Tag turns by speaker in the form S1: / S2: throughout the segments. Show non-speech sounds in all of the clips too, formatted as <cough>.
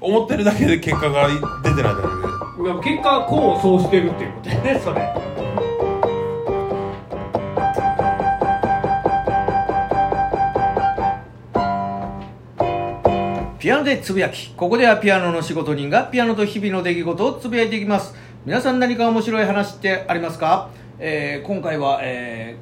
S1: 思ってるだけで結果が出てないだけで
S2: でも結果こうそうしてるっていうことやねそれ
S3: ピアノでつぶやき。ここではピアノの仕事人がピアノと日々の出来事をつぶやいていきます。皆さん何か面白い話ってありますか、えー今回は、え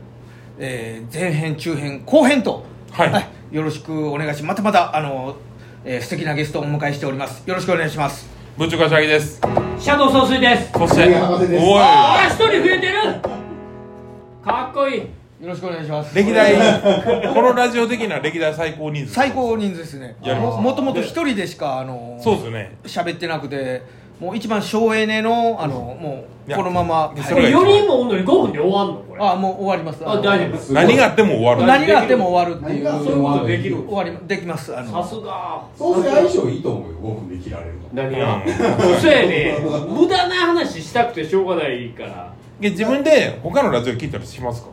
S3: ーえー前編、中編、後編と、
S1: はい
S3: よろしくお願いします。またまた、あの、えー素敵なゲストをお迎えしております。よろしくお願いします。
S1: 部長柏木です
S2: シャドウ総帥です
S1: そして
S4: 森山です
S1: おい
S2: ああ一人増えてるかっこいい
S3: よろしくお願いします。
S1: 歴代このラジオ的な歴代最高人数
S3: 最高人数ですね。
S1: やります
S3: ももともと一人でしか、あの、
S1: そうですね
S3: 喋ってなくて、もう一番省エネの、あの、も、
S1: いうや
S3: このまま、
S1: そ
S2: こ
S1: れ
S2: れ
S1: が一
S2: 4
S1: 番
S2: 人もおんのに5分で終わんのこれ
S3: あ、もう終わります。
S2: あ大丈夫です
S4: ごい
S1: 何があっても終わる
S3: 何があっても終わるっていう
S4: 何があって
S2: そういう
S4: も
S2: ことできる
S3: 終わりまできますあ
S2: さ
S3: の
S2: すが
S4: そうせ相性いいと思うよ5分で切られるの
S2: 何
S1: が
S2: がそうやね無駄な話したくてしょうがないから
S1: で自分で他のラジオ聞いたりしますか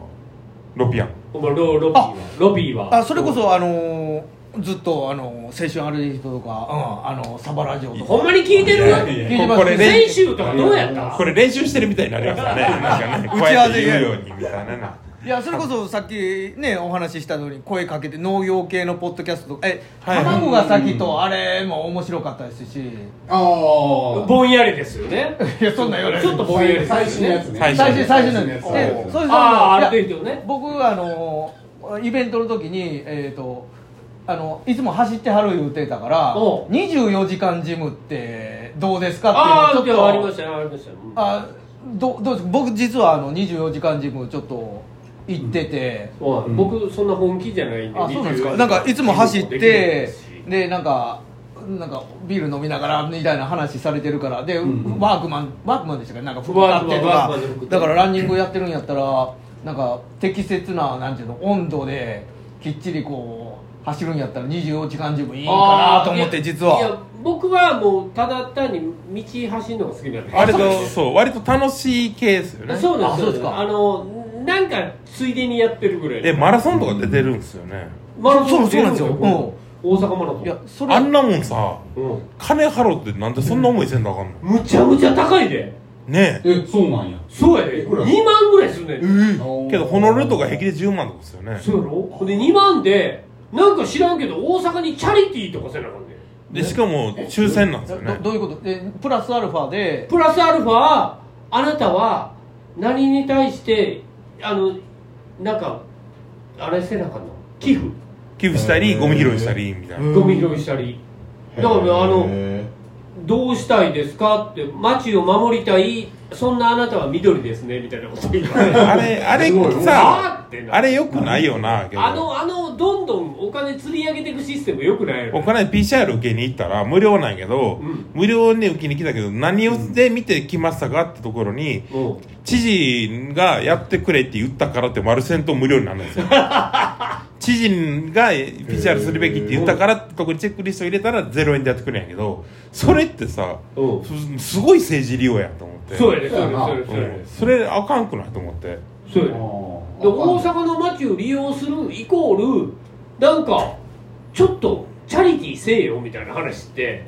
S1: ロピアン
S2: お前ロロビーはロビーは
S3: あそれこそあのーずっとあのー青春ある人とか、うん、あのーサバラジオとか
S2: ほんまに聞いてる
S1: いや
S3: 聞いてます
S1: これ
S3: ね
S2: 先週とかどうやった
S1: これ練習してるみたいになりますよねなんか <laughs> ねこ
S3: 打
S1: う
S3: ち合
S1: やっ
S3: わせ
S1: て
S3: で
S1: 言うようにみたいなない
S3: やそれこそさっきねお話しした通り声かけて農業系のポッドキャストとかえ
S1: はい
S3: 卵が先とあれも面白かったですし
S4: ああ
S2: ぼんやりですよね
S3: いやそんなん言われ
S2: ちょっとぼんやりですよ
S4: 最新のや
S2: ね
S4: つね
S1: 最
S3: 最新最新の
S4: や
S3: や
S4: つ
S3: つでそういう
S2: ああーあ
S3: のいや
S2: る程度ね
S3: 僕あのイベントの時にえっ、とあのいつも走ってはる言うてたから
S2: おう
S3: 24時間ジムってどうですか
S2: ああ
S3: っ
S2: ー
S3: て
S2: で
S3: いうの
S2: は
S3: を
S2: あ
S3: ち
S2: りました
S3: ょっと
S2: よありましたようん
S3: あどどうです僕実はあの24時間ジムちょっと行ってて、
S2: おい僕そんな本気じゃないんで
S3: あそうなんです
S2: 24
S3: か
S2: 時
S3: なんかいつも走っ
S2: できるんで
S3: て
S2: すし
S3: でなんかなんかビール飲みながらみたいな話されてるからで、
S4: うん
S3: ワークマンワークマンでしたかなんか服
S2: ワー
S3: 買っ
S2: ク
S3: て
S2: マン
S3: と
S2: ワークマ
S3: か
S2: ンで服
S3: だからランニングやってるんやったらなんか適切ななんていうの温度できっちりこう走るんやったら24時間ジムいいんかなと思っ
S2: あ
S3: て
S2: ー
S3: 実
S2: いやい
S3: は
S2: や僕はもうただ単に道走るのが好きなんで
S1: 割とそう割と楽しい系ですよね
S2: <laughs> そうなん
S3: あ
S2: です
S3: そ
S2: よ
S3: うですか
S2: あのなんかついでにやってるぐらい
S1: えマラソンとか出てるんですよね
S2: マラソン
S3: そうそうなんですよ
S2: 出るの大阪マラソン
S3: いやそれ
S1: あんなもんさ
S2: うん
S1: 金払ってなんでそんな思いせんとあかんの
S2: むちゃむちゃ高いで
S1: ね
S4: えそうなんや
S2: そうやで
S4: いくら
S2: 2万ぐらいするねん
S1: えけどホノルルとか平気で10万とかですよね
S2: そうやろほんで2万でなんか知らんけど大阪にチャリティーとかせなあかんねん
S1: でしかも抽選なんですよ
S3: ど
S1: ね
S3: どういうことでプラスアルファで
S2: プラスアルファあなたは何に対してあのなんかあれせなあかんの寄付
S1: 寄付したりゴミ拾いしたりみたいな
S2: ゴミ拾いしたりだからねあの
S4: へ
S2: どうしたいですかって街を守りたいそんなあなたは緑ですねみたいなこと言われて
S1: あれあれ
S4: すごい
S1: さ
S2: あーってな
S1: あれよくないよなけ
S2: あ
S1: ど
S2: のあのどんどんお金釣り上げていくシステムよくないよ
S1: お
S2: ね
S1: 金 PCR 受けに行ったら無料なんやけど、
S2: うん
S1: 無料に受けに来たけど何をで見てきましたかってところに
S2: うん
S1: 知事がやってくれって言ったからって丸センと無料になるんですよ知事が PCR するべきって言ったからってとこにチェックリスト入れたら0円でやってくれんやけどそれってさ
S2: うん
S1: すすごい政治利用やと思って
S2: そうやねそうやね
S4: そうやな
S2: そうやね
S1: んそれあかんくないと思って
S2: そうやねそうや
S4: ー
S2: ね
S4: あ
S2: で大阪の街を利用するイコールなんかちょっとチャリティーせえよみたいな話って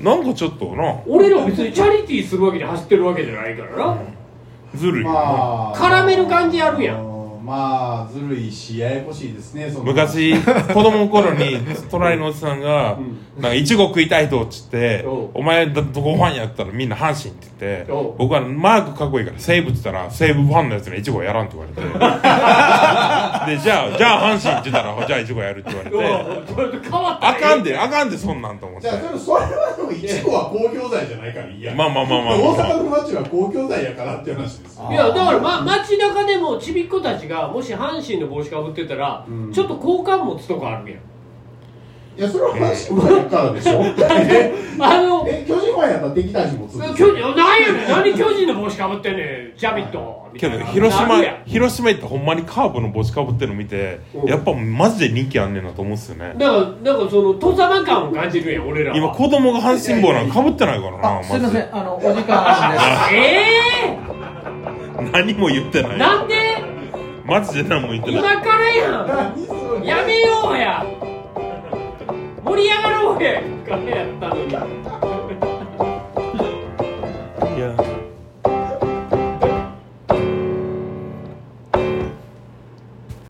S1: なんかちょっとな
S2: 俺ら別にチャリティーするわけで走ってるわけじゃないからな
S1: ずるいよな、
S4: まあ
S2: 絡める感じあるやん
S4: んまあずるいしややこしいですねその
S1: 昔子供の頃に隣のおじさんが「
S2: う
S1: なんかいちご食いたいと」っつって
S2: おう
S1: 「お前だどこファンやったらみんな阪神」って言って
S2: おう
S1: 僕は「マークかっこいいから西武」って言ったら「西武ファンのやつらいちごやらん」って言われてで「じゃあじゃあ阪神」って言ったら「じゃあいちごやる」って言われ
S2: う
S1: て
S2: わちょっと変
S1: 「
S2: わった
S1: あ
S2: ね
S1: かんであかんでそんなん」と思っ
S4: じ
S1: て
S4: ゃあでもそれはでも一部は公共財じゃないからいいや
S1: まあまあまあまあまあ
S4: 大阪の街は公共財やからっていう話ですよ
S2: いやだから、ま、街中でもちびっ子たちがもし阪神の帽子かぶってたら、
S4: うん
S2: ちょっと交換物とかあるやん
S4: いやそれは阪神ファンやからでしょ
S2: あの
S4: え巨人ファンやったら敵対心もつ
S2: 巨人何やねん何巨人の帽子かぶってんねんジャビットみた
S1: け
S2: いな
S1: ど広
S2: な
S1: 島
S2: るやん
S1: 広島行ってほんまにカーブの帽子かぶってるの見て
S2: うん
S1: やっぱマジで人気あんねんなと思うんですよね
S2: だからなんかその戸様感を感じるやん俺らは
S1: 今子供が阪神帽なんかぶってないからな
S3: あすいませ
S1: で
S3: んあのお時間あるんです
S2: ええ
S1: 何も言ってない
S2: ー、なんで
S1: マジで何も言って
S2: 今
S1: ない
S2: からやんやめようやもう盛り上がろうやんかやったのに。